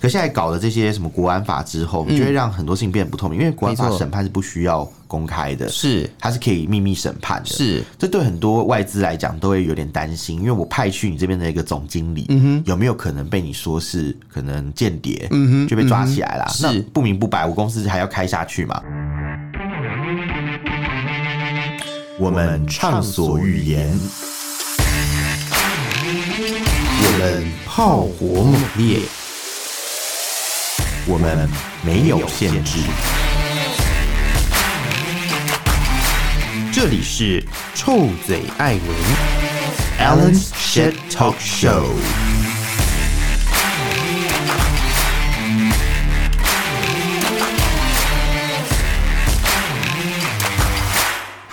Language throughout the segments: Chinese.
可现在搞的这些什么国安法之后，就会让很多事情变得不透明，因为国安法嗯没错审判是不需要公开的，是它是可以秘密审判的。是，这对很多外资来讲都会有点担心，因为我派去你这边的一个总经理，嗯有没有可能被你说是可能间谍，嗯就被抓起来啦？是那不明不白，我公司还要开下去嘛？我们畅所欲言，我们炮火猛烈，我们没有限制。这里是臭嘴艾文 Alan's Shit Talk Show。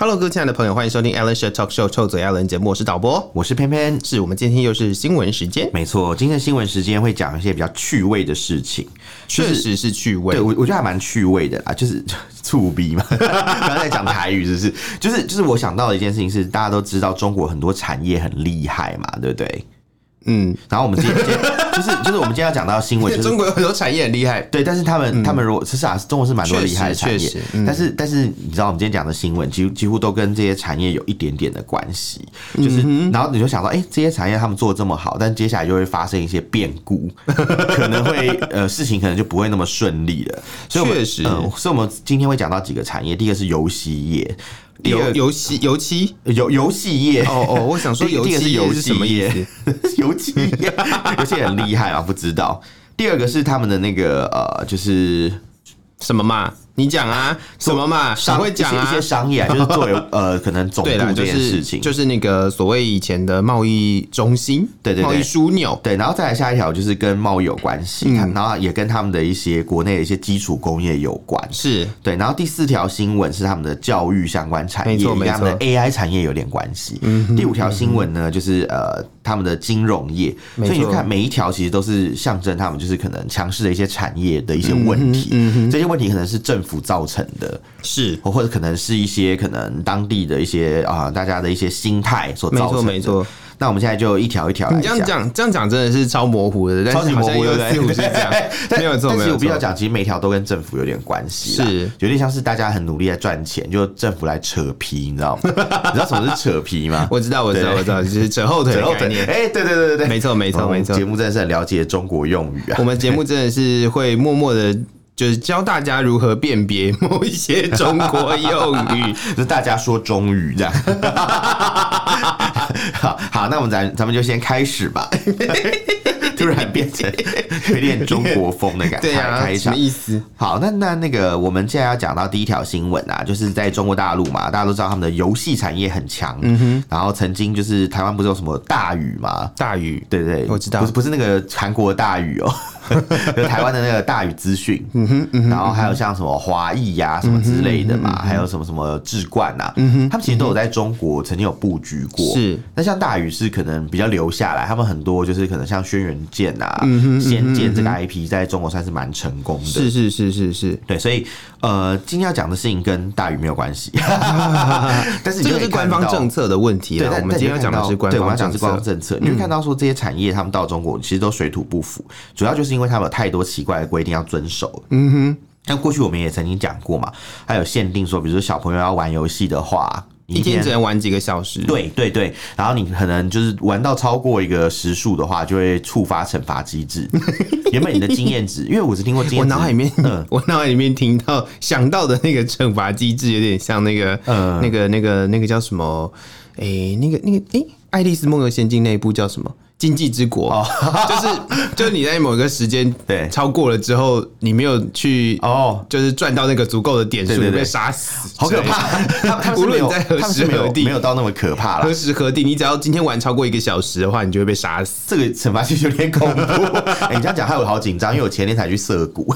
Hello，各位亲爱的朋友，欢迎收听 Alan s h a Talk Show 臭嘴艾伦节目，我是导播。我是偏偏，是我们今天又是新闻时间，没错，今天的新闻时间会讲一些比较趣味的事情。确实是趣味对。我，我觉得还蛮趣味的啦，就是 醋逼嘛，刚才讲台语是不是？就是就是我想到的一件事情是，大家都知道中国很多产业很厉害嘛，对不对？嗯，然后我们今天 今天就是就是我们今天要讲到的新闻，就是中国有很多产业很厉害，对，但是他们、他们如果其实啊，中国是蛮多确厉害的实产确业实，嗯但是但是你知道我们今天讲的新闻，几乎几乎都跟这些产业有一点点的关系，嗯就是、然后你就想到，哎、这些产业他们做的这么好，但接下来就会发生一些变故， 可能会呃事情可能就不会那么顺利了，所以我们确实嗯所以我们今天会讲到几个产业，第一个是游戏业，第游二游戏油漆。游游戏业，哦哦，我 想说第一油第一个是漆油是什么漆意耶思？游戏业，游戏很厉害啊，不知道。第二个是他们的那个呃，就是什么嘛？你讲啊，什么嘛？你会讲一些一啊些？商业啊，就是作为呃，可能总部对啦，这就件事是情，就是那个所谓以前的贸易中心，对对对贸易枢纽，对，然后再来下一条就是跟贸易有关系，嗯它然后也跟他们的一些国内的一些基础工业有关。是对，然后第四条新闻是他们的教育相关产业，没错嗯也跟他们的没 AI 产业有点关系。第五条新闻呢，就是呃他们的金融业，所没以你就错看每一条其实都是象征他们就是可能强势的一些产业的一嗯些问题，这些问题可能是政府造成的，是，或或者可能是一些可能当地的一些啊、大家的一些心态所没造成错的。没错。那我们现在就一条一条来你这样讲。讲，这样讲真的是超模糊的，但超级是好模像糊，又对不对？，似乎是这样 但没有错，但没是有我必须要错。讲，其实每条都跟政府有点关系啦，是有点像是大家很努力在赚钱，就政府来扯皮，你知道吗？ 你知道什么是扯皮吗？ 我知道，我知道，对我知道，就是扯后腿扯的后概腿，念。哎，对对对对对，没错，没错，哦没错节。目真的是很了解中国用语啊我。们节目真的是会默默的，就是教大家如何辨别 某一些中国用 语。就大家说中语这样。 好好，那我们咱咱们就先开始吧。 突然变成 有点中国风的感觉，对啊，开什场么。意思？好，那那那个，我们现在要讲到第一条新闻啊，就是在中国大陆嘛，大家都知道他们的游戏产业很强，嗯然后曾经就是台湾不是有什么大宇嘛，大宇，对对，我知道不是不是那个韩国大宇 哦、就台湾的那个大宇资讯，嗯然后还有像什么华裔呀、什么之类的嗯嘛，还有什么什么智冠呐、啊，他们其实都有在中国曾经有布局过。是，那像大宇是可能比较留下来，他们很多就是可能像轩辕剑啊、嗯仙剑这个 IP 在中国算是蛮成功的。是是是是是，对，所以呃，今天要讲的事情跟大宇没有关 系，但是你就这个可以是看官方到政策的问题对，啦。但我们今天要讲的是官对，我们要方讲政的是官策嗯方。政策。你会看到说这些产业他们到中国其实都水土不服，主要就是因为他们有太多奇怪的规定要遵守。嗯哼，那过去我们也曾经讲过嘛，还有限定说，比如说小朋友要玩游戏的话，你一天只能玩几个小时，，对对对，然后你可能就是玩到超过一个时数的话，就会触发惩罚机 制。原本你的经验值，因为我只听过经验值，我脑海里面嗯， 我脑海里面听到想到的那个惩罚机制，有点像那个、嗯那个、那个、那个叫什么？诶、那个、那个，诶、爱丽丝梦游仙境》那一部叫什么？《经济之国》 就是就是你在某个时间哦 对超过了之后，你没有去哦。就是赚到那个足够的点对数，对你对被杀死，好可！怕！他们他们是无论没有，你在何他们时是没有何地没有到那么可怕啦。何时何地，你只要今天玩超过一个小时的话，你就会被杀 死。这个惩罚其实有点恐怖。 哎，你这样讲害我好紧张，因为我前天才去涩 谷，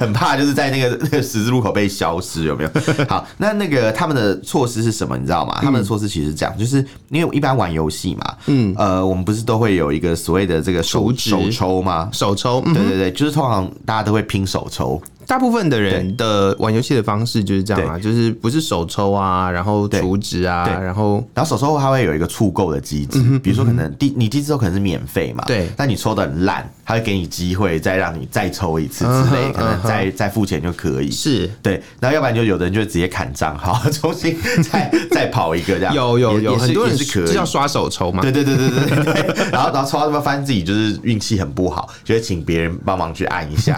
很怕就是在那个那个十字路口被消失，有没有？好，那那个他们的措施是什么？你知道吗？他们的措施其实是这样，就是因为一般玩游戏嘛，嗯，呃，我们不是都会有一个所谓的这个手手指手抽吗？手抽，嗯对对对，就是通常大家都会拼手抽，大部分的人的玩游戏的方式就是这样啊，就是不是手抽啊，然后对储值啊，对然后然后手抽它会有一个促购的机制，比如说可能第你第一次抽可能是免费嘛，对但你抽的很烂，它会给你机会再让你再抽一次嗯之哼类，可嗯能哼再再付钱就可以。是对，然后要不然就有的人就直接砍账号，重新再再跑一个这样。有有啊也有也是很多人也是可这以叫。刷手抽嘛对，对对对对对对，然后然后抽到他们发现自己就是运气很不好，就会请别人帮忙去按一下，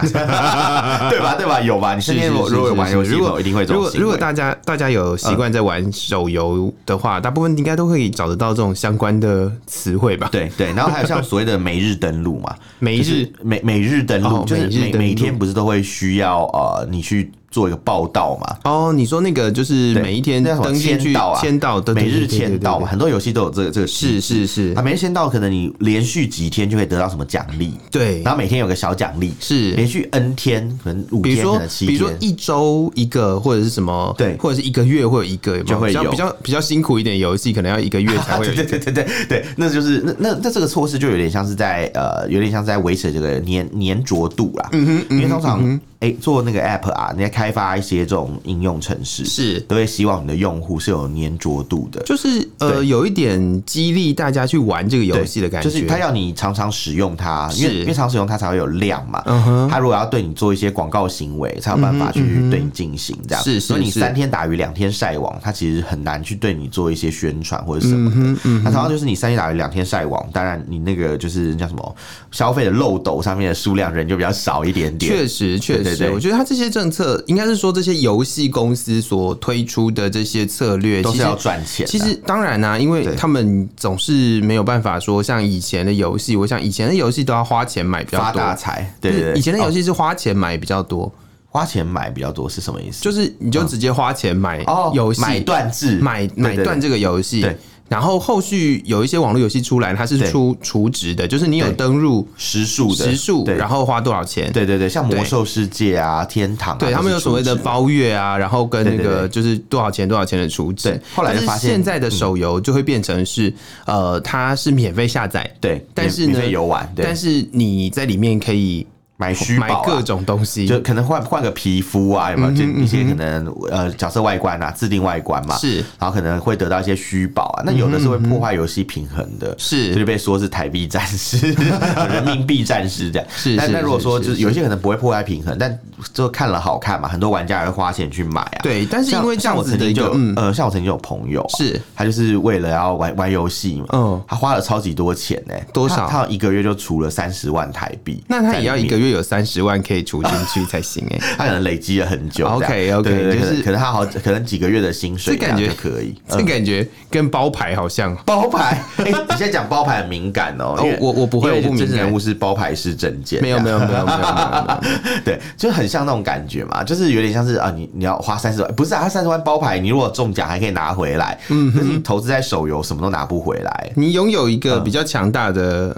对吧？对吧？有吧？你身边如果如果有玩游戏的如朋友，果一定会这如种嗯果行为如果大家大家有习惯在玩手游的话，大部分应该都会找得到这种相关的词汇吧？，对对，然后还有像所谓的每日登录嘛，每就是日每每日登录，哦就是每日每登录每天不是都会需要呃，你去做一个报道嘛，哦，你说那个就是对每一天那叫什么登进去签到啊签到，对对每对日对对签到嘛，对很多游戏都有这个这个对是是是是啊，，每日签到可能你连续几天就可以得到什么奖励，对然，后每天有个小奖励，连是。续 N 天，可能五比如天，可说能，七比如说天。一周一个，或者是什么，对或者是一个月会有一个，有没就会比较有比较比较辛苦一点，游戏可能要一个月才会有一 对个。对对对对 对，那就是那那那这个措施就有点像是在呃，有点像是在维持这个粘粘着度啦。嗯哼，因为通常哎、做那个 app 啊，你在开发一些这种应用程式，是，都会希望你的用户是有粘着度的。就是呃，对有一点激励大家去玩这个游对戏的感觉，就是它要你常常使用它，因为是因为常使用它才会有量嘛。嗯哼嗯它如果要对你做一些广告行为，才有办法去对你进行这样。是是所以你是三天打鱼两天晒网，它其实很难去对你做一些宣传或者什嗯么的。那常常就是你三天打鱼两天晒网，当然你那个就是叫什么消费的漏斗上面的数量人就比较少一点点。确实，确对实，对我觉得它这些政策，应该是说这些游戏公司所推出的这些策略，都其是实要赚钱的、其实当然啦、因为对他们总是没有办法说像以前的游戏，我想以前的游戏都要花钱买比较发多。大财，对对哦对，以前的哦游戏是花钱买比较多，花钱买比较多是什么意思？就是你就直接花钱买哦，游戏、买断制，买对买断。这个游戏对。然后后续有一些网络游戏出来，它对是出储值的，就是你有对登入时数的时数，对然后花多少钱，对对对，像魔对兽世界啊、天堂啊，对都他们是有所谓的充值包月啊，然后跟那对对对个就是多少钱多少钱的储值对。后来就但是发现现嗯在的手游就会变成是，呃，它是免费下载，对，但是呢免免费游玩，对，但是你在里面可以买虚买宝啊各种嗯东西，就可能换换个皮肤啊，有没有？就一些可能呃角色外观啊，自定外观嘛，是嗯然后可能会得到一些虚宝啊，那有的是会破坏游戏平衡的，是所以就被说是台币战 士、人民币战士这样。是但是但如果说是就是是有一些可能不会破坏平衡，但就看了好看嘛，很多玩家也会花钱去买啊。对但是因为这像像样我子曾的经一个就有嗯呃，像我曾经有朋友啊是他就是为了要玩玩游戏嘛，嗯他花了超级多钱呢，多少他他一个月就出了三十万台币，那他也要一个。个月有三十万可以储进去才行哎、他可能累积了很久这样。啊 OK，OK，对对对就是可能可能他好可能几个月的薪水这感觉样就可以。 这感觉跟包牌好像。包牌， 哎，你现在讲包牌很敏感哦哦。因为我我不会因为我不敏感真人物是包牌式证件，没有没有没有没有没有没有， 对，就很像那种感觉嘛，就是有点像是啊，你你要花三十万，不是啊，他三十万包牌，你如果中奖还可以拿回来，嗯，可是你投资在手游什么都拿不回来。你拥有一个比较强大的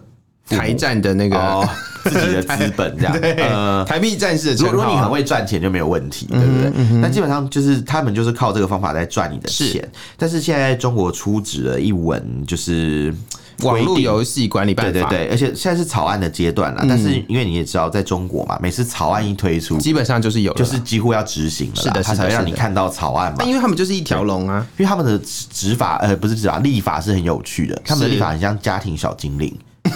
台战的那哦个，自己的资本这样， 呃，台币战士的如称果如果号你很啊，会赚钱就没有问题，对不对？那基本上就是他们就是靠这个方法在赚你的是钱。但嗯是现在中国出纸了一文，就是网规络定游戏管理办对法，对对，而且现在是草案的阶段了。但是因为你也知道，在中国嘛，每次草案一推出，基本上就是有了啦，就是几乎要执行了啦，是的他是的才会让你是的看到草案嘛那。因为他们就是一条龙啊，因为他们的执法呃不是执法，立法是很有趣的，他们的是立法很像家庭小精灵，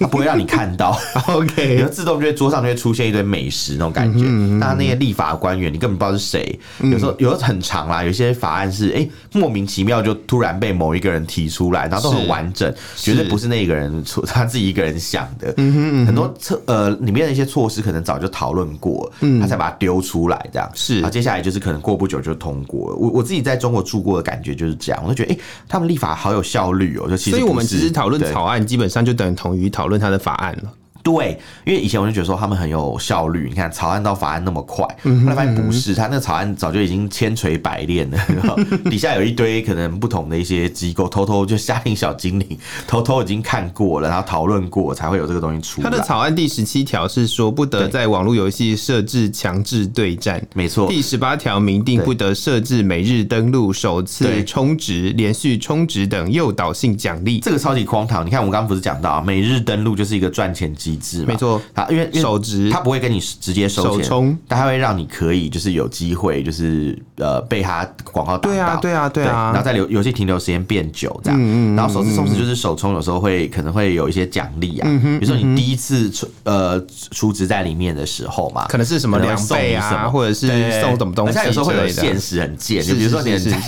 他不会让你看到。你 OK，就自动就会桌上就会出现一堆美食那种感嗯觉。那那些立法官员，你根本不知道是谁。有时候有时候很长啦，有些法案是哎、诶莫名其妙就突然被某一个人提出来，然后都很是嗯完整，绝对不是那个人出他自己一个人想的。很多策呃里面的一些措施可能早就讨论过，他才把它丢出来这样。嗯是然后接下来就是可能过不久就通过了。我我自己在中国住过的感觉就是这样，我就觉得哎、诶他们立法好有效率哦、就其实所以我们不是其实讨论对草案，基本上就等同于讨论它的法案了。对，因为以前我就觉得说他们很有效率，你看草案到法案那么快，嗯后来发现不是，他那个草案早就已经千锤百炼了，嗯然后 底下有一堆可能不同的一些机构偷偷就下令小精灵， 偷偷已经看过了，然后讨论过才会有这个东西出它的来。草案第十七条是说，不得对在网络游戏设置强制对战。没错，第十八条明定，对不得设置每日登录、首对次充值、连续充值等诱导性奖励。这个超级荒唐。你看我们刚刚不是讲到、啊，每日登录就是一个赚钱机制嘛，没错它因为因为手植它不会跟你直接收手钱，冲但它会让你可以就是有机会就是呃被它广告打到，对啊对啊对啊嗯然后在留游戏停留时间变久这样，然后首次充值就是手冲有时候会可能会有一些奖励嗯啊，比如说你第一次出呃出值在里面的时候嘛，可能是什么可能会两送倍你什啊，么或者是对送什么东而西且它有时候会有之类限的。时很贱，是就比如说你是是在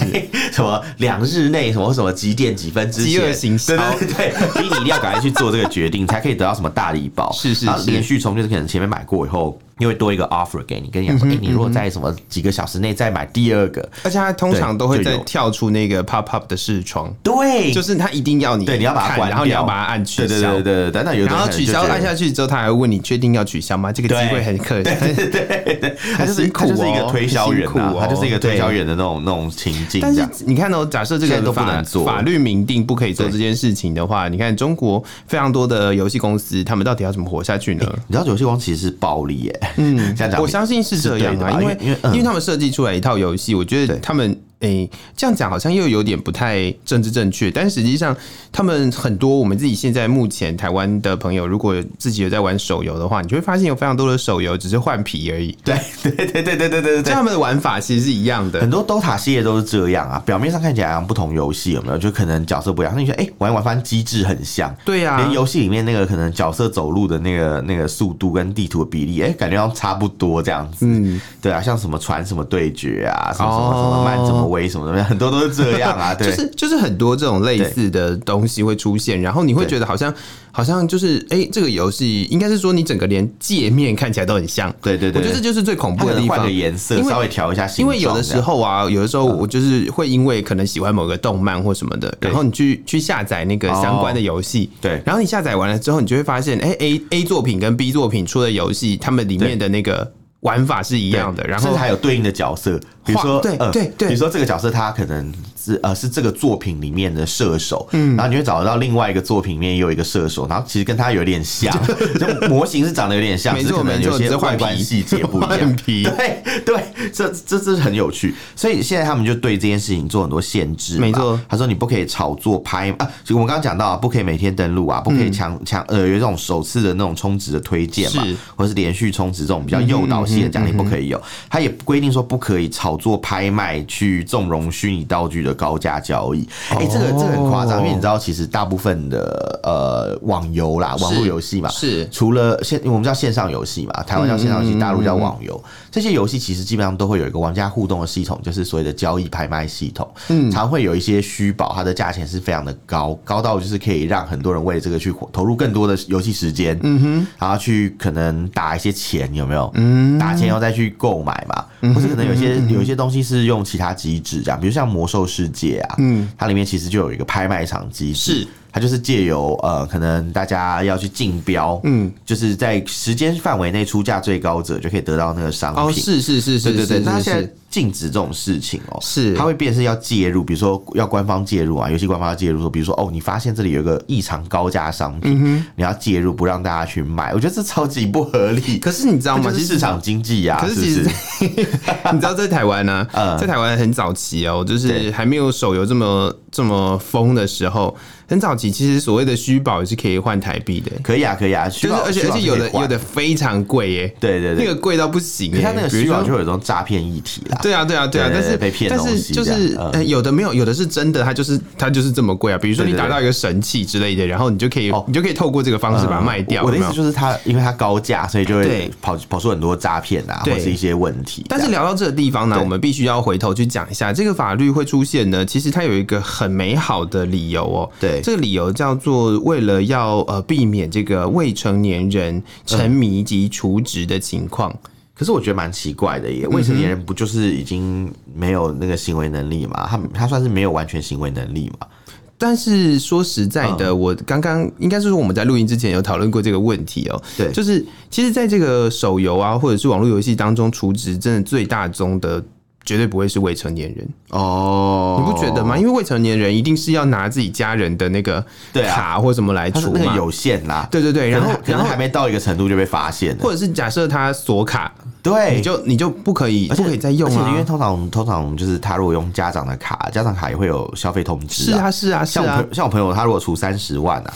什么两日内什么什么几点几分之前，饥饿行对销对对对，所以你一定要赶快去做这个决定，才可以得到什么大礼包。 是是然后是连续充就是可能前面买过以后，又会多一个 offer 给你，跟你讲说，嗯哎，你如果在什么几个小时内再买第二个，而且它通常都会对在就有跳出那个 pop up 的视窗，对，就是它一定要你对，你要把它看关掉，然后你要把它按取消，对对对对对，但那有的人然后可能取就消觉得按下去之后，他还会问你确定要取消吗？这个机对会 很可惜。他就是很辛苦他就是一个哦推销很员辛啊苦，哦他就是一个推销员的那种那种情境但这是样。你看哦，假设这现在个都不法能做法律明定不可以做这件事情的话，你看中国非常多的游戏公司，他们到底要怎么活下去呢？你知道游戏光其实是暴力耶、嗯，这样讲我相信是这样是对的吧啊，因为因为嗯因为他们设计出来一套游戏，我觉得他们诶、这样讲好像又有点不太政治正确，但实际上他们很多我们自己现在目前台湾的朋友，如果自己有在玩手游的话，你就会发现有非常多的手游只是换皮而已，对对对对对对对这对。他们的玩法其实是一样的很。多 DOTA 系列都是这样啊，表面上看起来好像不同游戏有没有，就可能角色不一样。那你觉得哎、玩一玩，发现机制很像，对啊呀、连游戏里面那个可能角色走路的那个那个速度跟地图的比例，哎、感觉要差不多这样子。嗯，对啊，像什么船什么对决啊，什么什么什么慢哦什么威什么什么，很多都是这样啊。对， 就是就是很多这种类似的东西会出现，然后你会觉得好像好像就是哎、诶这个游戏应该是说你整个连界面看起来都很像。对对对，我觉得这就是最恐它怖可的能地换方个。颜色因，为稍微调一下形因状为这样，有的时候啊，有的时候我就是会因为可能喜欢某个动漫或什么的，对然后你去去下载那个相关的游戏，对然后你下载完了之后，你就会发现，哎、a A 作品跟 B 作品出的游戏，他们里面的那个玩法是一对样的，然甚后至还有对应的角色，比如画说对呃对对比如说这个角色他可能是呃是这个作品里面的射手，嗯，然后你会找到另外一个作品里面也有一个射手，然后其实跟他有点 像，就模型是长得有点像，没只是错可能没错有只些是外换观皮细节不一样换。皮 对对，这这这是很有趣，所以现在他们就对这件事情做很多限制嘛。没错他说你不可以炒作拍啊，就我们刚刚讲到啊，不可以每天登录啊，不可以强强、呃有一种首次的那种充值的推荐嘛嗯是，或是连续充值这种比较诱导性的奖励不可以有。他也规定说不可以炒作拍卖去纵容虚拟道具的高价交易。哎、这个这个很夸张，因为你知道其实大部分的呃网游啦，网络是游戏嘛，是除了线，我们叫线上游戏嘛，台湾叫线上游戏，大陆叫网游。这些游戏其实基本上都会有一个玩家互动的系统，就是所谓的交易拍卖系统。嗯，常会有一些虚宝，它的价钱是非常的高，高到就是可以让很多人为这个去投入更多的游戏时间。嗯哼，然后去可能打一些钱，有没有？嗯，打钱后再去购买嘛，或者可能有些有一些东西是用其他机制这样，比如像魔兽世界啊，嗯，它里面其实就有一个拍卖场机制。是它就是借由呃，可能大家要去竞标，嗯，就是在时间范围内出价最高者就可以得到那个商品。哦，是是是对是对是对，是那它现在是，禁止这种事情哦，是它会变成要介入，比如说要官方介入啊，游戏官方要介入说，比如说哦，你发现这里有一个异常高价商嗯品，你要介入不让大家去买，我觉得这超级不合 理。可是你知道它 吗？就其是实市场经济呀、啊，可是不其实是在， 你知道在台湾呢、嗯在台湾很早期哦，就对是还没有手游这么这么疯的时候，很早期其实所谓的虚宝也是可以换台币的、可以啊，可以啊，就就是而且而且有的有，虚的非常贵耶、宝对对那对，个贵到不行、你欸，看那个比虚如宝说就有一种诈骗议题啦， 对啊，对啊，对啊，对但对是被骗但东是西就这样是嗯呃，有的没有，有的是真的，它就是它就是这么贵啊。比如说对你对打对到一个神器之类的，然后你就可以哦，你就可以透过这个方式把它卖掉。嗯我的意有没有思就是它，因为它高价，所以就会对跑跑出很多诈骗啊，或对是一些问题。但是聊到这个地方呢，对我们必须要回头去讲一下，这个法律会出现呢，其实它有一个很美好的理由哦。对这个理由叫做为了要呃避免这个未成年嗯人沉迷及除职的情况。可是我觉得蛮奇怪的耶，未成年人不就是已经没有那个行为能力嘛？他他算是没有完全行为能力嘛？但是说实在嗯的，我刚刚应该是说我们在录音之前有讨论过这个问题哦、对就是其实在这个手游啊，或者是网络游戏当中，除职真的最大宗的绝对不会是未成年人。哦你不觉得吗？？因为未成年人一定是要拿自己家人的那个对啊卡或什么来他说除那嘛个。有限啦，对对对，然可后能可然能后还没到一个程度就被发现了或。者是假设他锁卡，对你，就你就不可以，而且不可以再用哎而且因为啊。通常通常就是他如果用家长的卡，家长卡也会有消费通知是啊，是啊，是像我朋啊友。像我朋友，他如果出三十万 啊，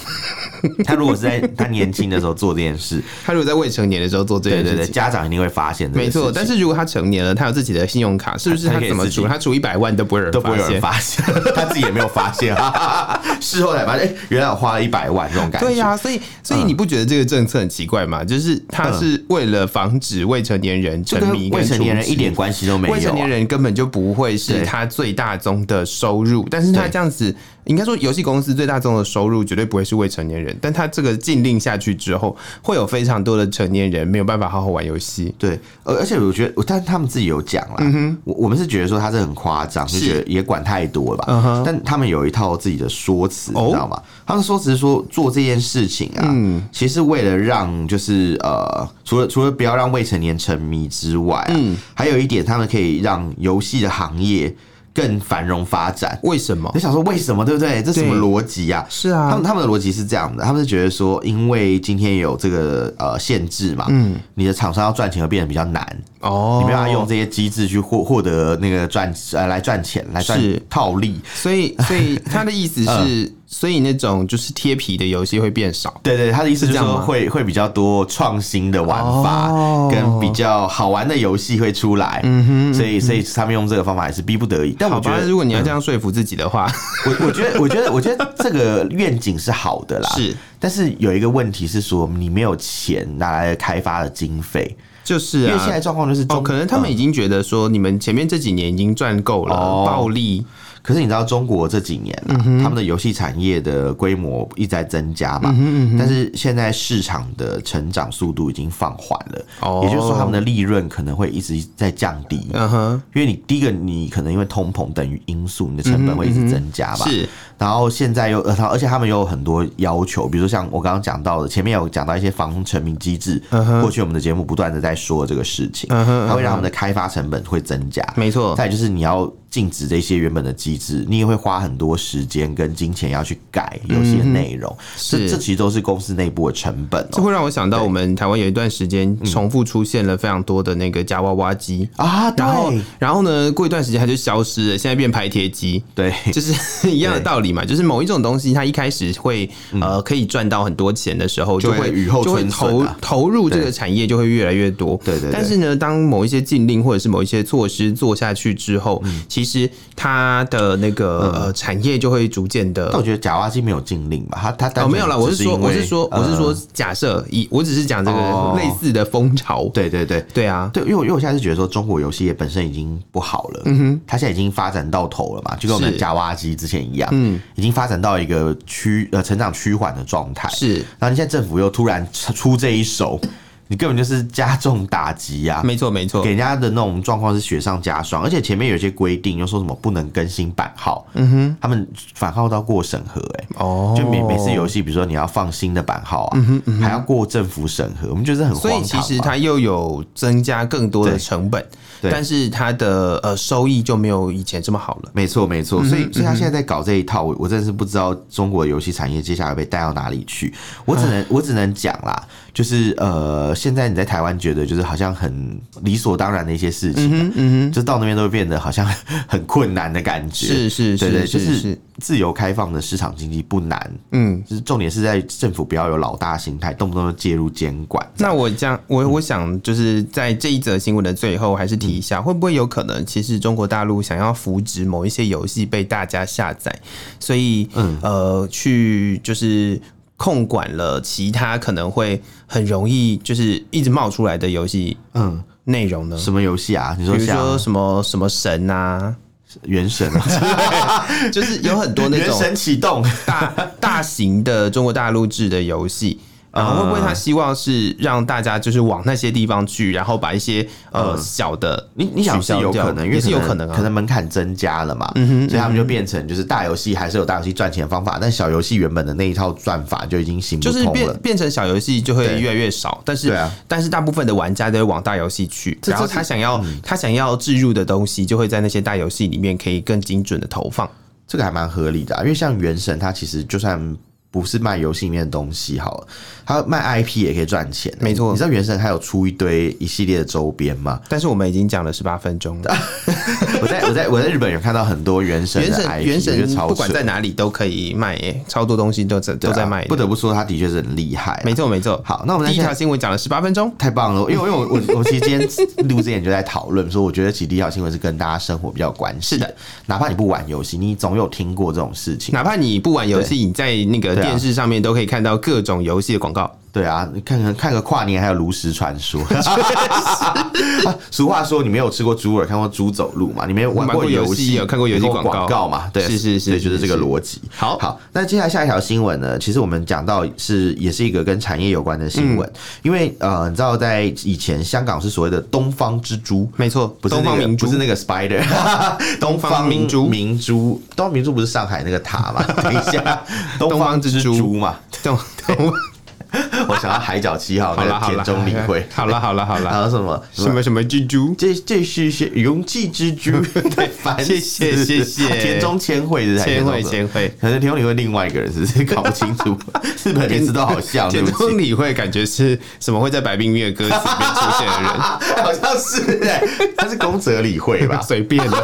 他如果是在他年轻的时候做这件事，他如果在未成年的时候做这对件对事对，情，家长一定会发现这个没事情。错。但是如果他成年了，他有自己的信用卡，是不是他他可以怎么自己除？他除一百万都不会有都人不会发有人现。发现， 他自己也没有发现，哈哈哈事后才发现，哎、原来我花了一百万这种感觉。对呀、所以所以你不觉得这个政策很奇怪吗？就是他是为了防止未成年人就沉迷嗯跟跟未成年出人资一点关系都没有、啊。未成年人根本就不会是对他最大宗的收入，但是他对这样子，应该说游戏公司最大宗的收入绝对不会是未成年人，但他这个禁令下去之后，会有非常多的成年人没有办法好好玩游戏。对，而而且我觉得，但他们自己有讲啦，嗯我我们是觉得说他是很夸张，就是觉得也管太多了吧。嗯哼但他们有一套自己的说辞，哦嗯你知道吗？他们说辞是说做这件事情啊，其实为了让就是呃，除了除了不要让未成年沉迷之外、啊，嗯还有一点，他们可以让游戏的行业更繁荣发展。 为什么？你想说为什么，对不对？这什么哦对逻辑呀？是他啊们，他们的逻辑是这样的，他们是觉得说，因为今天有这个呃限制嘛，嗯，你的厂商要赚钱会变得比较难，哦，你没办法用这些机制去获获得那个赚呃来赚钱来赚是套利。所以所以他的意思是，所以那种就是贴皮的游戏会变少。对对，他的意思就是这样说吗会会比较多创新的玩法，哦跟比较好玩的游戏会出来，嗯哼，所以所以他们用这个方法也是逼不得已。但我好觉吧，得如果你要这样说服自己的话，我我觉得我觉得我觉得这个愿景是好的啦，是，但是有一个问题是说你没有钱哪来开发的经费？就是因为现啊在。状况就是中、哦，可能他们已经觉得说，你们前面这几年已经赚够了，哦暴利可是你知道中国这几年嗯啊，他们的游戏产业的规模一直在增加嗯嘛，但是现在市场的成长速度已经放缓了，哦也就是说他们的利润可能会一直在降低。嗯哼，因为你第一个，你可能因为通膨等于因素，你的成本会一直增加吧。是然后现在又，呃而且他们又有很多要求，比如说像我刚刚讲到的，前面有讲到一些防控成名机制，过去我们的节目不断的在说这个事情，嗯哼它会让他们的开发成本会增加。没错，再来就是你要禁止这些原本的机制，你也会花很多时间跟金钱要去改游戏的内容，这嗯是这其实都是公司内部的成本这哦、会让我想到我们台湾有一段时间嗯重复出现了非常多的那个夹娃娃机，啊，然后对然后呢，过一段时间它就消失了，现在变拍贴机。对。就是 一样的对嗯道理嘛，就是某一种东西，它一开始会呃可以赚到很多钱的时候，就就会会雨后就会春笋投啊投入这对个产业就会越来越多。对对对但是呢，当某一些禁令或者是某一些措施做下去之后，嗯其实它的那个呃产业就会逐渐的但我觉得假挖机没有禁令吧，他他单哦，纯没有啦，我只是是说，因我是为说，我是，说呃，假设以我只是讲这哦个类似的风潮，对对对对啊，对，因为我因为我现在是觉得说中国游戏业本身已经不好了，嗯哼，它现在已经发展到头了嘛，就跟我们是假挖机之前一样，嗯，已经发展到一个趋呃成长趋缓的状态，是然后你现在政府又突然出出这一手，你根本就是加重打击呀、没错没错给，人家的那种状况是雪上加霜，而且前面有些规定又说什么不能更新版号，嗯哼，他们版号都要过审核、欸，哦嗯就每每次游戏，比如说你要放新的版号啊，还要过政府审核，我们觉得很荒所唐啊以嘛。其实它又有增加更多的对成本，对但是它的呃收益就没有以前这么好了。没错没嗯错，所以所以他现在在搞这一套，我我真的是不知道中国的游戏产业接下来被带到哪里去。我只啊能我只能讲啦，就是呃，现在你在台湾觉得就是好像很理所当然的一些事情嗯啊，就到那边都会变得好像很困难的感觉。是是对对，是就是是是，自由开放的市场经济不难，嗯。就是重点是在政府不要有老大心态，动不动就介入监管。那我这样，嗯我我想就是在这一则新闻的最后，还是提一下，会不会有可能，其实中国大陆想要扶植某一些游戏被大家下载，所以、嗯呃，去就是控管了其他可能会很容易就是一直冒出来的游戏嗯，内容呢？什么游戏啊？你说比如说像什么什么神啊，原神啊，就是有很 多那原种神启动， 大大型的中国大陆制的游戏。然后会不会他希望是让大家就是往那些地方去，然后把一些呃小的你你想取是消有掉可能，因为也是有可能可啊。嗯能门槛增加了嘛，所以他们就变成就是大游戏还是有大游戏赚钱的方法，但小游戏原本的那一套赚法就已经行不就是通变了。变成小游戏就会对越来越少，但是、对啊但是大部分的玩家都会往大游戏去，这然后这是他想要、他想要置入的东西就会在那些大游戏里面可以更精准的投放。这个还蛮合理的啊、因为像原神它其实就算。不是卖游戏里面的东西好了，他卖 IP 也可以赚钱、欸没错你知道原神还有出一堆一系列的周边吗？但是我们已经讲了十八分钟 了，我在我在我在日本有看到很多原神原的神 IP，原我觉得神超不管扯在哪里都可以卖、耶，超多东西都在、对都啊在卖的，不得不说他的确是很厉害啊、没错没错。好，那我们第一再条看。新闻讲了十八分钟，太棒了，因为因为我我我其实今天录之前就在讨论说，我觉得其实第一条新闻是跟大家生活比较有关系是的，哪怕你不玩游戏，你总有听过这种事情。哪怕你不玩游戏，你在那个对啊电视上面都可以看到各种游戏的广告。对啊，你看看看个跨年还有炉石传说。 啊俗话说，你没有吃过猪耳，看过猪走路嘛？你没有玩玩过游游戏也有看过游戏戏广告广告嘛？对，是是是对，就是是这个是逻辑。好好，那接下来下一条新闻呢？其实我们讲到是也是一个跟产业有关的新嗯闻，因为呃，你知道在以前香港是所谓的东方之珠，没错，不是东那方个明珠不是那个 spider，东啊方明珠明珠，东方明珠不是上海那个塔 嘛？等一下，东方方之之珠珠嘛，东东我想到海角七号好那了个好田 了，中理惠，好了好了好然了，后什么什么什么蜘蛛，这这是是勇气之珠，对，烦死谢谢谢谢田中千惠是还是千惠田中千惠，可能田中理惠另外一个人是不是搞不清楚，日本名字都好像，对田不中起。理惠感觉是什么会在白冰月歌词里面出现的人，啊，好像是哎、他 是宫泽理惠吧？随便 的，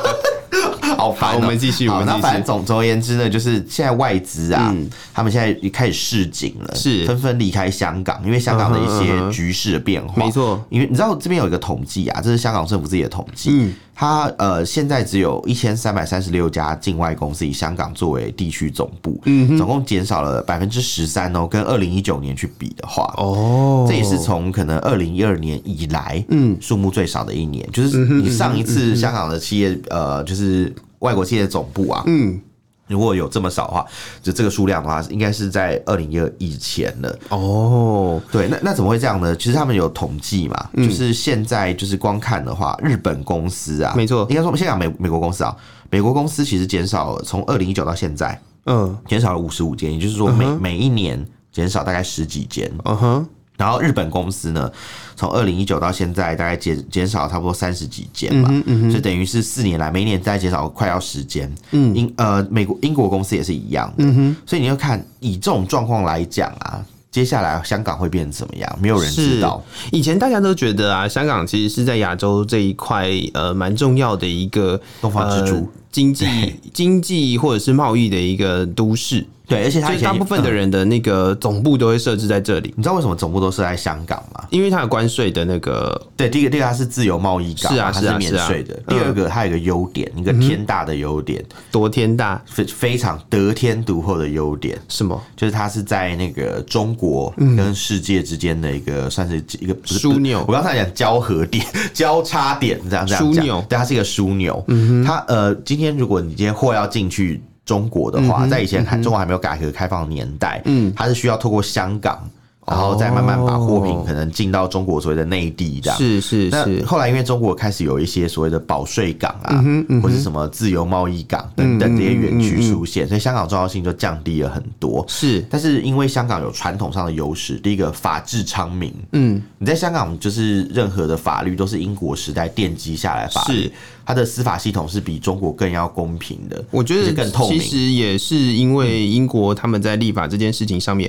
好烦哦、好我们继续好我们继续那嗯反正总总而言之呢，就是现在外资啊，他们现在开始市井了，是纷纷离开香港，因为香港的一嗯哼嗯些哼局势的变化。没错，因为你知道这边有一个统计啊，这是香港政府自己的统计，嗯，它呃现在只有一千三百三十六家境外公司以香港作为地区总部，嗯，总共减少了百分之十三哦，跟二零一九年去比的话，哦这也是从可能二零一二年以来，嗯，数目最少的一年，嗯就是你上一次香港的企业，呃，就是外国企业总部啊，嗯，如果有这么少的话，就这个数量的话，应该是在二零一二以前了。哦，对，那那怎么会这样呢？其实他们有统计嘛，嗯就是现在就是光看的话，日本公司啊，没错应该说先讲美美国公司啊，美国公司其实减少了从二零一九到现在嗯减少了五十五间，也就是说每、每一年减少大概十几间，嗯哼，然后日本公司呢，从二零一九到现在大概减减少差不多三十几间吧，嗯所以等于是四年来每一年大概减少快要十间。嗯，英呃美国英国公司也是一样的，嗯所以你要看以这种状况来讲啊，接下来香港会变成怎么样，没有人知道。以前大家都觉得啊，香港其实是在亚洲这一块呃蛮重要的一个东方之珠呃经济经济或者是贸易的一个都市，对，而且他所以以前大部分的嗯人的那个总部都会设置在这里，你知道为什么总部都是在香港吗？因为它有关税的那个对，第一个，第二个它是自由贸易港嘛，是啊它是啊免是啊税的。嗯第二个，它有一个优点，一个天大的优点，多天大非非常得天独厚的优点。什么就是它是在那个中国跟世界之间的一个、算是一个不是嗯枢纽我刚才讲交合点、 交叉点这样这样枢讲纽，嗯对，它是一个枢纽。它呃，今天如果你今天货要进去中国的嗯话，在以前还中国还没有改革开放的年代，嗯，它是需要透过香港，然后再慢慢把货品可能进到中国所谓的内地这样。哦是是那是，嗯后来因为中国开始有一些所谓的保税港啊，或是什么自由贸易港等等这些园嗯区出现，所以香港重要性就降低了很多。是但是因为香港有传统上的优势，第一个法治昌明，嗯，你在香港就是任何的法律都是英国时代奠基下来的法律是，它的司法系统是比中国更要公平的，我觉而且得更透其明。实也是因为英国他们在立法这件事情上面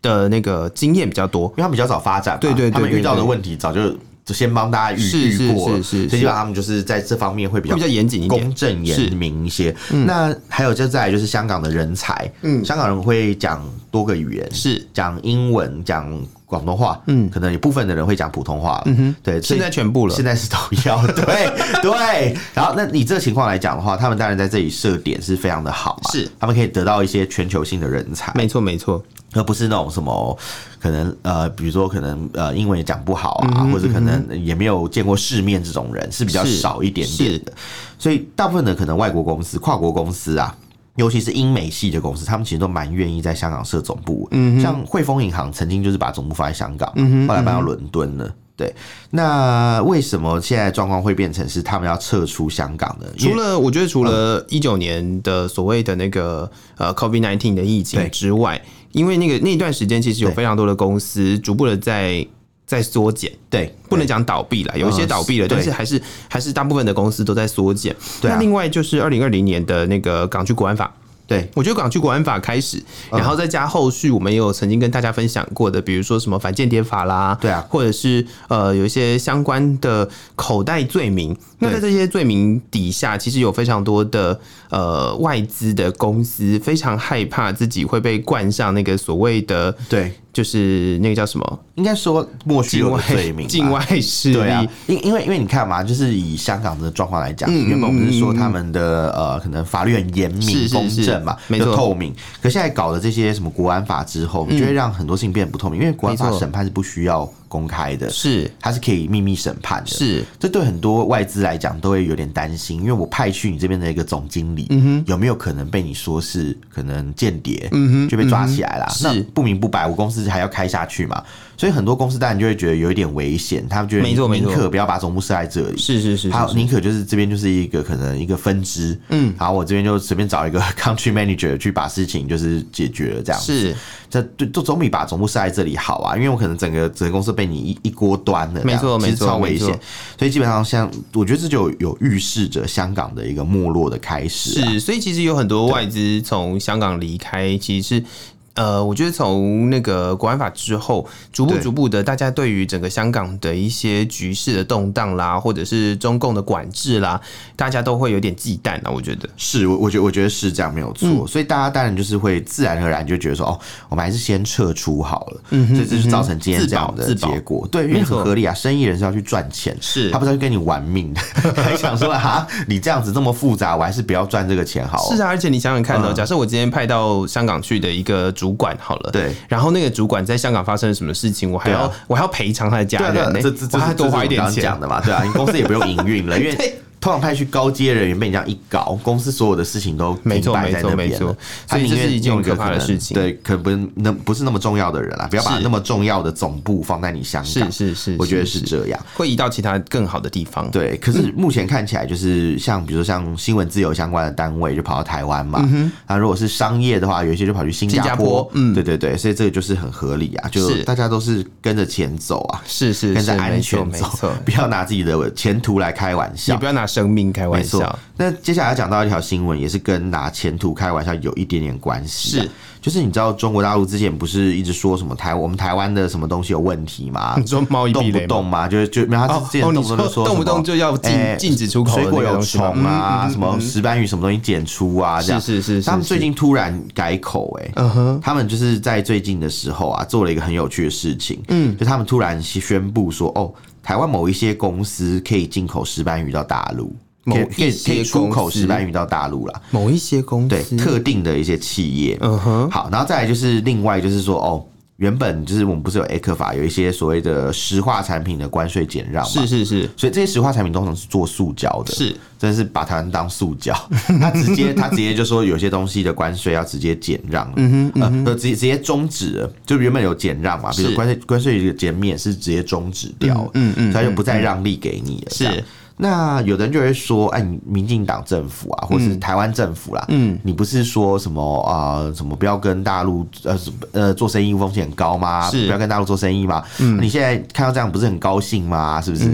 的那个经验比较多因，为他们比较早发展嘛，对对对他们对遇到的对问题早就就先帮大家是预是遇过了，是是所以是基本上他们就是在这方面会比较会比较严谨一点公。正严明一些。那还有就再来就是香港的人才，香港人会讲多个语言，是讲英文，讲广东话，嗯，可能有部分的人会讲普通话，嗯哼，对，所现以在全部了现，在是都要，对 对。然后，那以这个情况来讲的话，他们当然在这里设点是非常的好嘛，是他们可以得到一些全球性的人才，没错没错，而不是那种什么可能呃，比如说可能呃英文也讲不好嗯啊，或者可能也没有见过世面这种人是比较是少一点是点的。所以大部分的可能外国公司、跨国公司啊。尤其是英美系的公司，他们其实都蛮愿意在香港设总部。嗯，像汇丰银行曾经就是把总部放在香港，嗯后来搬到伦敦了。对，那为什么现在状况会变成是他们要撤出香港呢？因为嗯除了我觉得除了一九年的所谓的那个呃 COVID nineteen 的疫情对之外，因为那个那段时间其实有对非常多的公司逐步的在在缩减。对不能讲倒闭了，有一些倒闭了，啊对但是还是还是大部分的公司都在缩减。对啊那另外就是二零二零年的那个港区国安法，对，我觉得港区国安法开始，嗯然后再加后续我们也有曾经跟大家分享过的，比如说什么反间谍法啦，对啊或者是呃有一些相关的口袋罪名。那在这些罪名底下，其实有非常多的呃外资的公司非常害怕自己会被冠上那个所谓的对，就是那个叫什么应该说莫须境有外的罪名吧，境外势力。对啊，因因为因为你看嘛，就是以香港的状况来讲，嗯原本我们是说他们的呃可能法律很严是是明、公是正嘛，没错又透明。可现在搞的这些什么国安法之后，就会让很多事情变得不透明，因为国安嗯没法错审判是不需要公开的，是它是可以秘密审判的。是，这对很多外资来讲都会有点担心，因为我派去你这边的一个总经理，嗯有没有可能被你说是可能间谍，嗯就被抓起来啦？是那不明不白，我公司还要开下去嘛？所以很多公司当然就会觉得有一点危险，他们觉得没错没宁错可不要把总部设在这里。是是是他是宁可就是这边就是一个可能一个分支，嗯，然后我这边就随便找一个 country manager 去把事情就是解决了这样子。是，这对都总比把总部设在这里好啊，因为我可能整个整个公司被你一一锅端了这样，没错其实没错超危没险错。所以基本上像我觉得这就有有预示着香港的一个没落的开始、啊。是，所以其实有很多外资从香港离开，其实是。呃，我觉得从那个国安法之后，逐步对逐步的，大家对于整个香港的一些局势的动荡啦，或者是中共的管制啦，大家都会有点忌惮啊。我觉得是，我我觉得我觉得是这样没有错，嗯所以大家当然就是会自然而然就觉得说，哦，我们还是先撤出好了，嗯、所以这就造成今天这样的自保自保结果，对，因为没错很合理啊，生意人是要去赚钱，是他不是要跟你玩命的， 还想说啊，你这样子这么复杂，我还是不要赚这个钱好了，是啊，而且你想想看哦，嗯假设我今天派到香港去的一个主管好了，对，然后那个主管在香港发生了什么事情，我还对啊要我还要赔偿他的家对啊，人对啊呢，这这我这还要是多花一点这是我钱刚刚讲。的嘛，对啊，你公司也不用营运 了，因对为。通常派去高阶人员被你这样一搞，公司所有的事情都没停错摆没在错那没边错了。他所宁以这愿是一件用很一个可怕的能事情对，可不那不是那么重要的人啦，不要把是那么重要的总部放在你香是港。是是，我觉得是这样。会移到其他更好的地方。对，可是目前看起来就是像比如说像新闻自由相关的单位就跑到台湾嘛，那如果是商业的话，有一些就跑去新嗯新加加坡坡，嗯对对对，所以这个就是很合理啊，就是大家都是跟着钱走啊，是是跟是，着安没错全没走错，， 不要拿自己的前途来开玩 你笑不。要拿生命开玩没错笑。，那接下来要讲到一条新闻，也是跟拿前途开玩笑有一点点关系啊、是就是你知道中国大陆之前不是一直说什么台我们台湾的什么东西有问题吗？你说猫嗯一避动不雷吗动嘛，就是就没有他哦之前哦动你不动就说说动不什么动就要禁哎禁止出口的水果那个有东西吗嗯虫啊，什么石斑鱼什么东西检出啊，这样是是是是他们最是近突然改口哎、嗯哼，他们就是在最近的时候啊，做了一个很有趣的事情，嗯，就他们突然宣布说，哦，台湾某一些公司可以进口石斑鱼到大陆，某可以可以一些可以出公口司石斑鱼到大陆啦，某一些公对，司，特定的一些企业，嗯哼，好，然后再来就是另外就是说，哦，原本就是我们不是有 A 克法有一些所谓的石化产品的关税减让嘛，是是是所以这些石化产品通常是做塑胶的，是，真的是把台湾当塑胶。 他直接他直接就说有些东西的关税要直接减让了，呃，呃直接直接终止了，就原本有减让嘛，比如是说关税关税的减免是直接终止掉了，嗯嗯，他就不再让利给你了，这样是。那有的人就会说，哎，你民进党政府嗯啊，或是台湾政府啦，嗯，你不是说什么啊、呃什么不要跟大陆呃什么呃做生意风险很高吗？是嗯不要跟大陆做生意吗？你现在看到这样不是很高兴吗？是不是？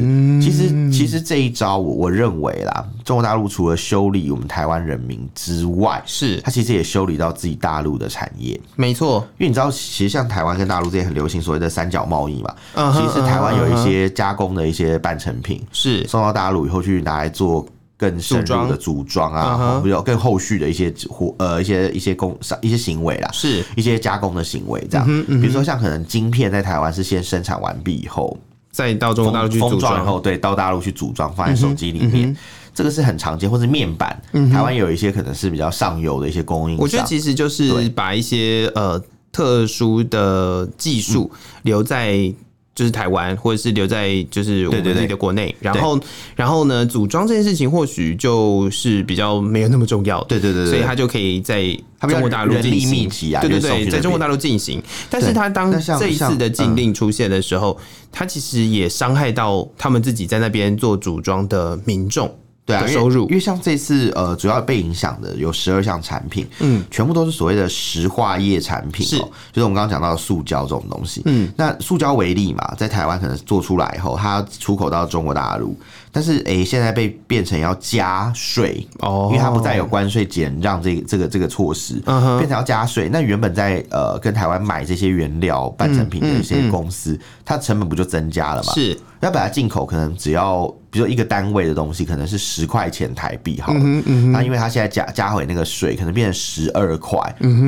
其实其实这一招我我认为啦，中国大陆除了修理我们台湾人民之外，是，它其实也修理到自己大陆的产业。没错，因为你知道，其实像台湾跟大陆这些很流行所谓的三角贸易嘛，嗯其哼实台湾有嗯一哼些加工的一些半成品，是送到大陆以后去拿来做更深入的组装组装嗯啊，哼或者有更后续的一些活呃一些一些工一些行为啦，是一些加工的行为这样。嗯比如说像可能晶片在台湾是先生产完毕以后，再到中国大陆去封组封装以装，嗯后，对，到大陆去组装放在手机里面。这个是很常见，或是面板，台湾有一些可能是比较上游的一些供应商。我觉得其实就是对把一些呃特殊的技术嗯留在。就是台湾，或者是留在就是我们对对自己的国内，然后然后呢，组装这件事情或许就是比较没有那么重要的，对对对对，所以它就可以在比较中国大陆人进力行密集啊对对就是送去对，那在边中国大陆进行。但是对它当那像这一次像的禁嗯令出现的时候，它其实也伤害到他们自己在那边做组装的民众。对啊，的因为收入因为像这次呃，主要被影响的有十二项产品，嗯，全部都是所谓的石化业产品、哦，是就是我们刚刚讲到的塑胶这种东西，嗯，那塑胶为例嘛，在台湾可能做出来以后，它出口到中国大陆，但是诶、现在被变成要加税哦因为它不再有关税减让这个这个这个措施，嗯哼变成要加税，那原本在呃跟台湾买这些原料半成品的嗯一些公司，它成本不就增加了嘛？是那本来进口可能只要，比如说一个单位的东西，可能是十块钱台币好了，那因为它现在加加回那个税，可能变成十二块。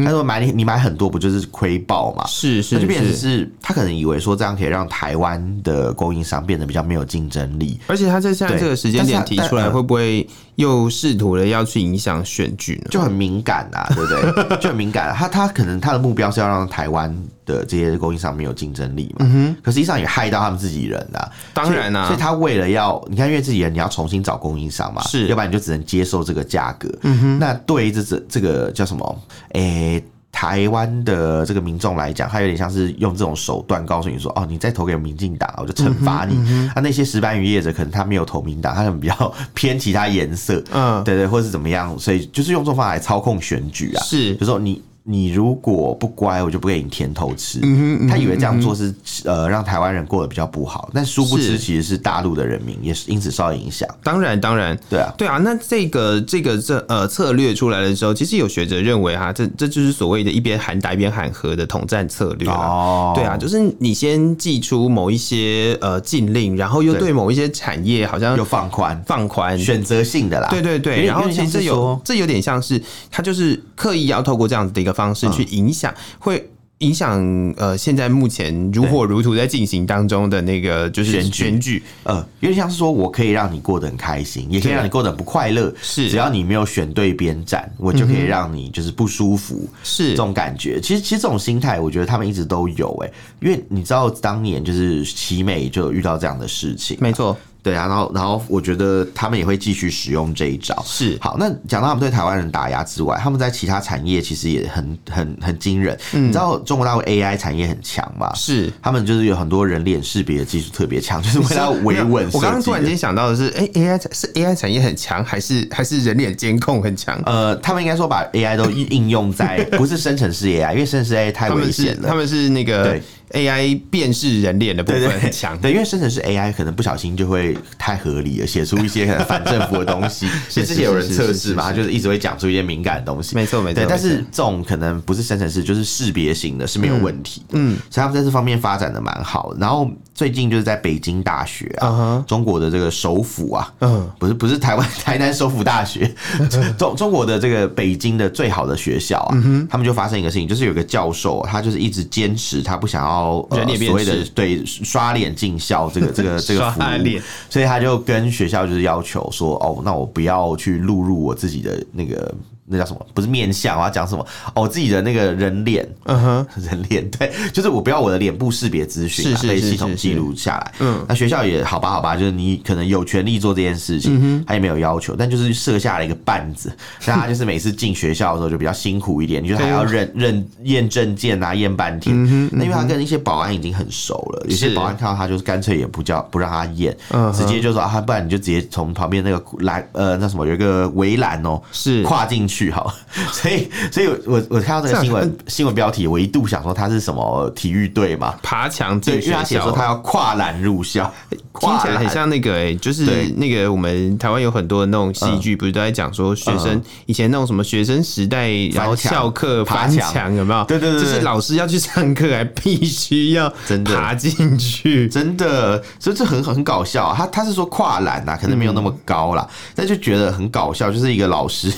他说买你你买很多，不就是亏爆嘛？是那是就变成是，是，他可能以为说这样可以让台湾的供应商变得比较没有竞争力，而且他在现在对这个时间但是点他提但出来，呃会不会又试图了要去影响选举呢？就很敏感啊，对不对？就很敏感、啊。他他可能他的目标是要让台湾的这些供应商没有竞争力嘛，可实际上也害到他们自己人啊。当然啦、所以所以他为了要，你看，因为自己人你要重新找供应商嘛，是要不然你就只能接受这个价格。嗯哼，那对于这这这个叫什么？诶、台湾的这个民众来讲，他有点像是用这种手段告诉你说：“哦，你再投给民进党，我就惩罚嗯你。那那些石斑鱼业者可能他没有投民党，他可能比较 偏其他颜色，嗯，对对，或是怎么样，所以就是用这种方法来操控选举啊。是就说你你如果不乖，我就不给你甜头嗯吃。他以为这样做是呃让台湾人过得比较不好，但殊不知是其实是大陆的人民也是因此受到影响。当然当然，对啊，对啊，那这个这个这呃策略出来的时候，其实有学者认为哈、这这就是所谓的一边喊打一边喊和的统战策略啊。哦对啊，就是你先寄出某一些呃禁令，然后又对对某一些产业好像又放宽，放宽，选择性的啦。嗯对对有对，点然后其实这有点像有是这有点像是他就是刻意要透过这样子的一个方式去嗯影响，会影响呃现在目前如火如荼在进行当中的那个就是选举选举，呃，有点像是说我可以让你过得很开心，也可以对让你过得很不快乐。是嗯只要你没有选对边站，我就可以让你就是不舒服。是这种感觉。其实其实这种心态，我觉得他们一直都有哎、因为你知道当年就是奇美就有遇到这样的事情，没错，对啊，然后然后我觉得他们也会继续使用这一招。是好，那讲到他们对台湾人打压之外，他们在其他产业其实也很很很惊人。嗯你知道中国大陆 AI 产业很强嘛？是。他们就是有很多人脸识别的技术特别强，就是为了要维稳设计的。我刚刚突然间想到的是，哎、a i 是 AI 产业很强，还是还是人脸监控很强？呃，他们应该说把 AI 都应用 在不是生成式 AI，因为生成式 AI 太他危们险是了。他们是那个 AI 辨识人脸的部对分对很强，对，因为生成式 AI 可能不小心就会太合理了，写出一些可能反政府的东西。 是就之前有人测试嘛，是是是是他就是一直会讲出一些敏感的东西。没错没错对，但没是错这种可能不是生成式，就是识别型的，是没有问题嗯，所以他们在这方面发展的蛮好。然后最近就是在北京大学嗯啊哼，中国的这个首府啊，嗯，不是不是台湾 台南首府大 学，中中国的这个北京的最好的学校啊，嗯他们就发生一个事情，就是有个教授啊、他就是一直坚持他不想要、呃人脸辨所谓的识对刷脸进校这个这 个这个服刷务脸，所以他就跟学校就是要求说，哦，那我不要去录入我自己的那个。那叫什么？不是面相，我要讲什么？哦，我自己的那个人脸，嗯哼， 人脸对，就是我不要我的脸部识别资讯、啊、是是被是系统是记是录下来。嗯，那学校也好吧，好吧，就是你可能有权利做这件事嗯情，他也没有要求，但就是设下了一个绊子，那他就是每次进学校的时候就比较辛苦一点，你就还哦要认认验证件啊，验半嗯天。那因为他跟一些保安已经很熟了，有些是嗯保安看到他就是干脆也不叫不让他验，直接就说啊，不然你就直接从旁边那个栏呃那什么有一个围栏哦，是跨进去好， 所以所以我我我看到这这个样新闻新闻标题，我一度想说他是什么体育队嘛，爬墙对，因进为学他写说校。他要跨栏入校，听跨起来很栏像那个、欸，就是对那个我们台湾有很多那种戏剧，不是都在讲说学生、以前那种什么学生时代，然后墙翘课爬翻墙墙有没有？对对对对就是老师要去上课，还必须要真的爬进去，真的，所以这很很搞笑、啊。他他是说跨栏呐、啊，可能没有那么高啦，但就觉得很搞笑，就是一个老 师。嗯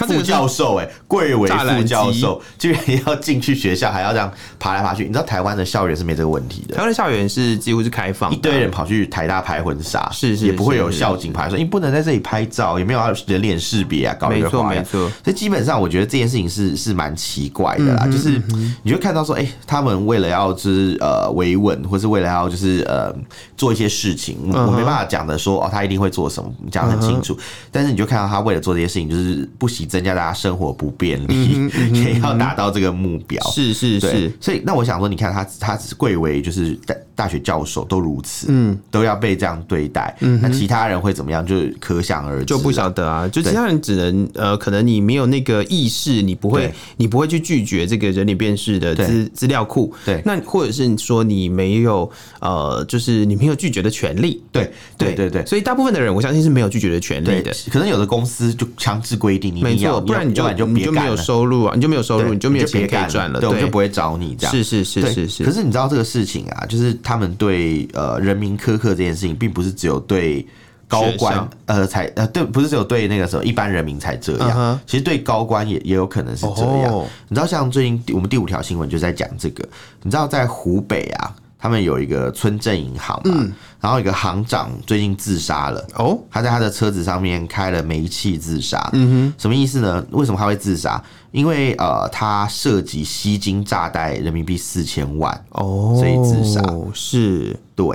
这个副是教授哎、贵为栅副栏教机授，居然要进去学校，还要这样爬来爬去。你知道台湾的校园是没这个问题的 台，湾的校园是几乎是开放的，一堆人跑去台大拍婚纱，是是也不会有是校警拍说你哎不能在这里拍照，也没有要人脸识别啊，搞一没个错花没样。错，所以基本上，我觉得这件事情是是蛮奇怪的啦，嗯就是你就会看到说，哎、他们为了要就是呃维稳，或是为了要就是呃做一些事情，嗯我我没办法讲的说哦，他一定会做什么，讲得很清楚。但是你就看到他为了做这些事情，就是不惜增加大家生活不便利，嗯也要达到这个目标。是是对嗯是，，所以那我想说，你看他他只贵为就是大学教授都如此，嗯，都要被这样对待。嗯，那其他人会怎么样，就可想而知。就不晓得啊，就其他人只能呃，可能你没有那个意识，你不会对，你不会去拒绝这个人脸辨识的资资料库。对那或者是说你没有呃，就是你没有拒绝的权利。对对对对所以大部分的人，我相信是没有拒绝的权利对的。，可能有的公司就强制规定你一没定要，错，不然要你就要然就你别就没干有了，收入啊，你就没有收对入，你就没有别钱可干以赚了。对，我对，们就不会找你这样。是是是对是可是，是你知道这个事情啊，就是他们对呃人民苛刻这件事情，并不是只有对高学官校呃才呃对，不是只有对那个什么一般人民才这样嗯哼其实对高官也也有可能是这样。哦你知道，像最近我们第五条新闻就在讲这个，你知道在湖北啊，他们有一个村镇银行嘛，嗯然后一个行长最近自杀了。哦，他在他的车子上面开了煤气自杀。嗯哼，什么意思呢？为什么他会自杀？因为呃，他涉及吸金炸贷人民币四千万。哦，所以自杀是。对，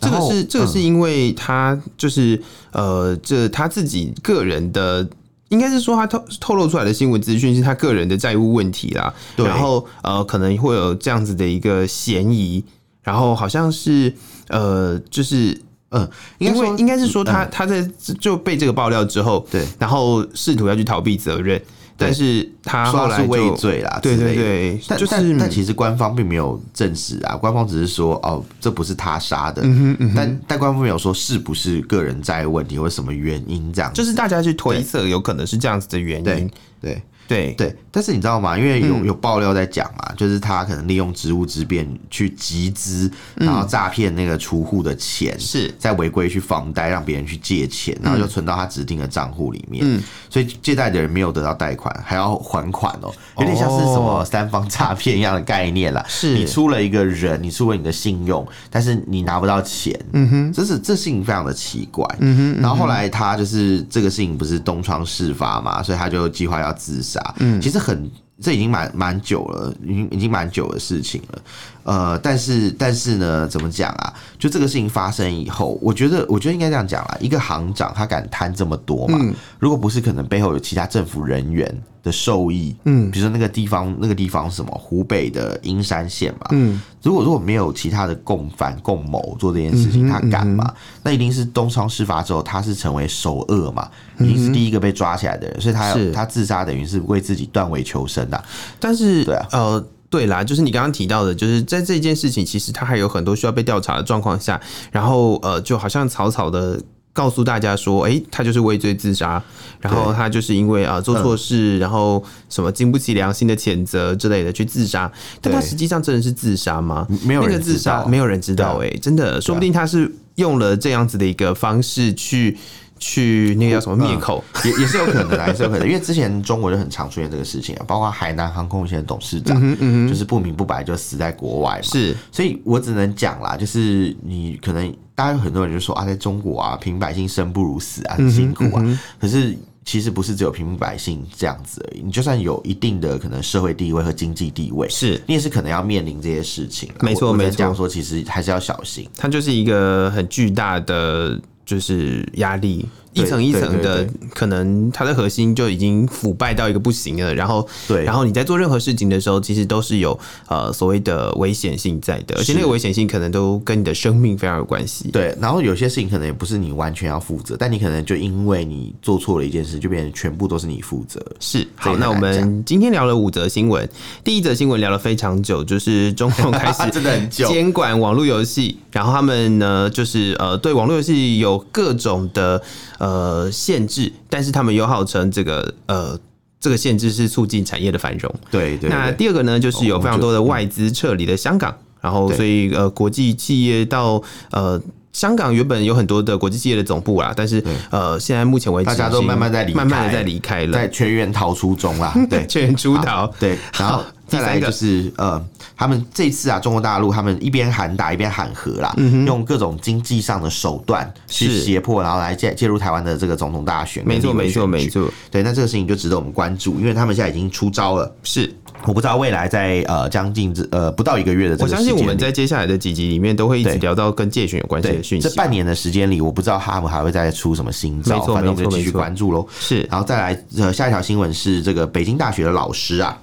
这个然后嗯是这个是因为他就是、呃，这他自己个人的。应该是说他透透露出来的新闻资讯是他个人的债务问题啦，对然后呃可能会有这样子的一个嫌疑，然后好像是呃就是嗯，应因该为说应该是说嗯他、他在就被这个爆料之后，对然后试图要去逃避责任，但是他后说他来是畏就罪啦，对对之类的。对，但、就是嗯但但其实官方并没有证实啊，官方只是说哦，这不是他杀的，嗯嗯、但但官方没有说是不是个人债务问题或什么原因这样子，就是大家去推测有可能是这样子的原因，对对对，但是你知道吗？因为有有爆料在讲嘛，就是他可能利用职务之便去集资，然后诈骗那个储户的钱，是再违规去房贷，让别人去借钱，然后就存到他指定的账户里面。所以借贷的人没有得到贷款，还要还款哦、有点像是什么三方诈骗一样的概念啦。是你出了一个人，你出了你的信用，但是你拿不到钱，嗯哼，这是这事情非常的奇怪，嗯哼。然后后来他就是这个事情不是东窗事发嘛，所以他就计划要自杀，嗯，其实很。这已经蛮蛮久了，已经已经蛮久的事情了，呃，但是但是呢，怎么讲啊？就这个事情发生以后，我觉得我觉得应该这样讲啦，一个行长他敢贪这么多嗯嘛，如果不是可能背后有其他政府人员的受益，嗯，比如说那个地方那个地方什么湖北的英山县嘛，嗯，如果如果没有其他的共犯共谋做这件事情，他敢嘛？嗯那一定是东窗事发之后，他是成为首恶嘛，一定是第一个被抓起来的人，所以他是他自杀等于是为自己断尾求生啊的、但是对啊呃。对啦，就是你刚刚提到的，就是在这件事情，其实它还有很多需要被调查的状况下，然后呃，就好像草草的告诉大家说，诶，他就是畏罪自杀，然后对他就是因为啊、呃做错事，然后什么经不起良心的谴责之类的去自杀，但他对实际上真的是自杀吗？没有那个人自知道杀，没有人知道、诶，真的，说不定他是用了这样子的一个方式去去那个叫什么灭口，也也是有可能啊，也是有可能，因为之前中国就很常出现这个事情啊，包括海南航空以前的董事嗯长，就是不明不白就死在国外嘛，是所以我只能讲啦，就是你可能大家有很多人就说啊，在中国啊，平民百姓生不如死啊，嗯很辛苦啊。可是其实不是只有平民百姓这样子而已，你就算有一定的可能社会地位和经济地位，是，你也是可能要面临这些事情啦。啊没错我我只能没错讲说其实还是要小心。它就是一个很巨大的就是压力，一对层一层对对的，可能它的核心就已经腐败到一个不行了。然后，对然后你在做任何事情的时候，其实都是有呃所谓的危险性在的，而且那个危险性可能都跟你的生命非常有关系。对，然后有些事情可能也不是你完全要负责，但你可能就因为你做错了一件事，就变成全部都是你负责。是这好，个那我很难们今天聊了五则新闻。第一则新闻聊了非常久，就是中共开始啊真的很久监管网络游戏，然后他们呢，就是呃对网络游戏有各种的呃限制，但是他们又号称这个呃这个限制是促进产业的繁荣。对对那对，第二个呢，就是有哦我们非常多的外资撤离了香港，然后对所以呃，国际企业到呃。香港原本有很多的国际企业的总部啦，但是呃，现在目前为止大家都已经慢慢在离慢慢的开在离开了，在全员逃出中啦，对，全员 出逃好。 对，然后好第再来三个就是呃，他们这次啊，中国大陆他们一边喊打一边喊和啦，用各种经济上的手段去嗯是胁迫，然后来介介入台湾的这个总统大选。没跟错，立委没错，选没举。错，对，那这个事情就值得我们关注，因为他们现在已经出招了。是我不知道未来在呃将近这呃不到一个月的这我个相时信我间们里。在接下来的几集里面都会一直对聊到跟借选有关系对的讯这息。半年的时间里，我不知道他们还会再出什么新招没，错反正我没们就继错没续错关注喽。是然后再来，呃，下一条新闻是这个北京大学的老师啊，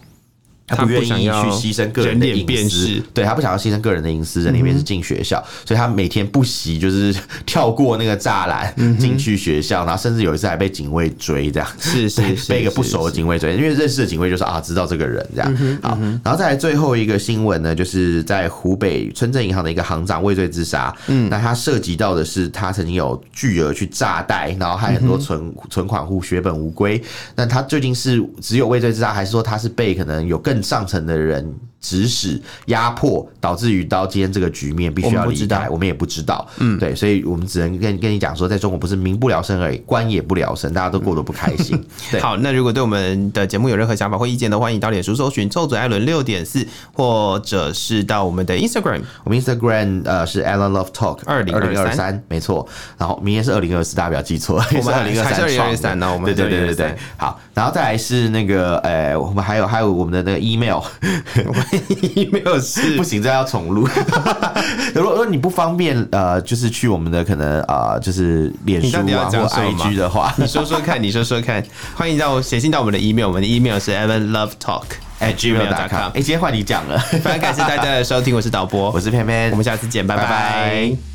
他他不愿不意去想要牺牲个人的人脸隐辨私识，嗯对他不想要牺牲个人的隐私，人脸辨识进学校，所以他每天不惜就是 跳过那个栅栏嗯进去学校，然后甚至有一次还被警卫追这样。是是是，被一个不熟的是嗯警卫追，因为认识的警卫就说啊，知道这个人这样。好，然后再来最后一个新闻呢，就是在湖北村镇银行的一个行长畏罪自杀。嗯，那他涉及到的是他曾经有巨额去炸贷，然后害嗯很多存、存款户血本无归。那他究竟是只有畏罪自杀，还是说他是被可能有更上层的人指使压迫，导致于到今天这个局面必须要我们不离知道开？我们也不知道。嗯，对，所以我们只能跟跟你讲说，在中国不是民不聊生而已，官也不聊生，大家都过得不开 心。对。好，那如果对我们的节目有任何想法或意见的，欢迎到脸书搜寻“臭嘴艾伦六点四”，或者是到我们的 Instagram。我们 Instagram 呃是 Alan Love Talk 2023没错。然后明年是二零二四，大家不要记错，也是二零二还是三2023呢我们对对对对对2023，好。然后再来是那个呃，我们还有还有我们的那个 email，没有事不，行，这要重录。 如果如果你不方便呃，就是去我们的可能呃，就是脸你书到底要啊或讲什么 IG 的话你说说看，你说说看，欢迎到写信到我们的 email，我们的 email 是 Evan Love Talk ，at gmail.com。哎，今天换你讲了，非常感谢大家的收听，我是导 播我，是偏偏，我们下次见，拜拜拜拜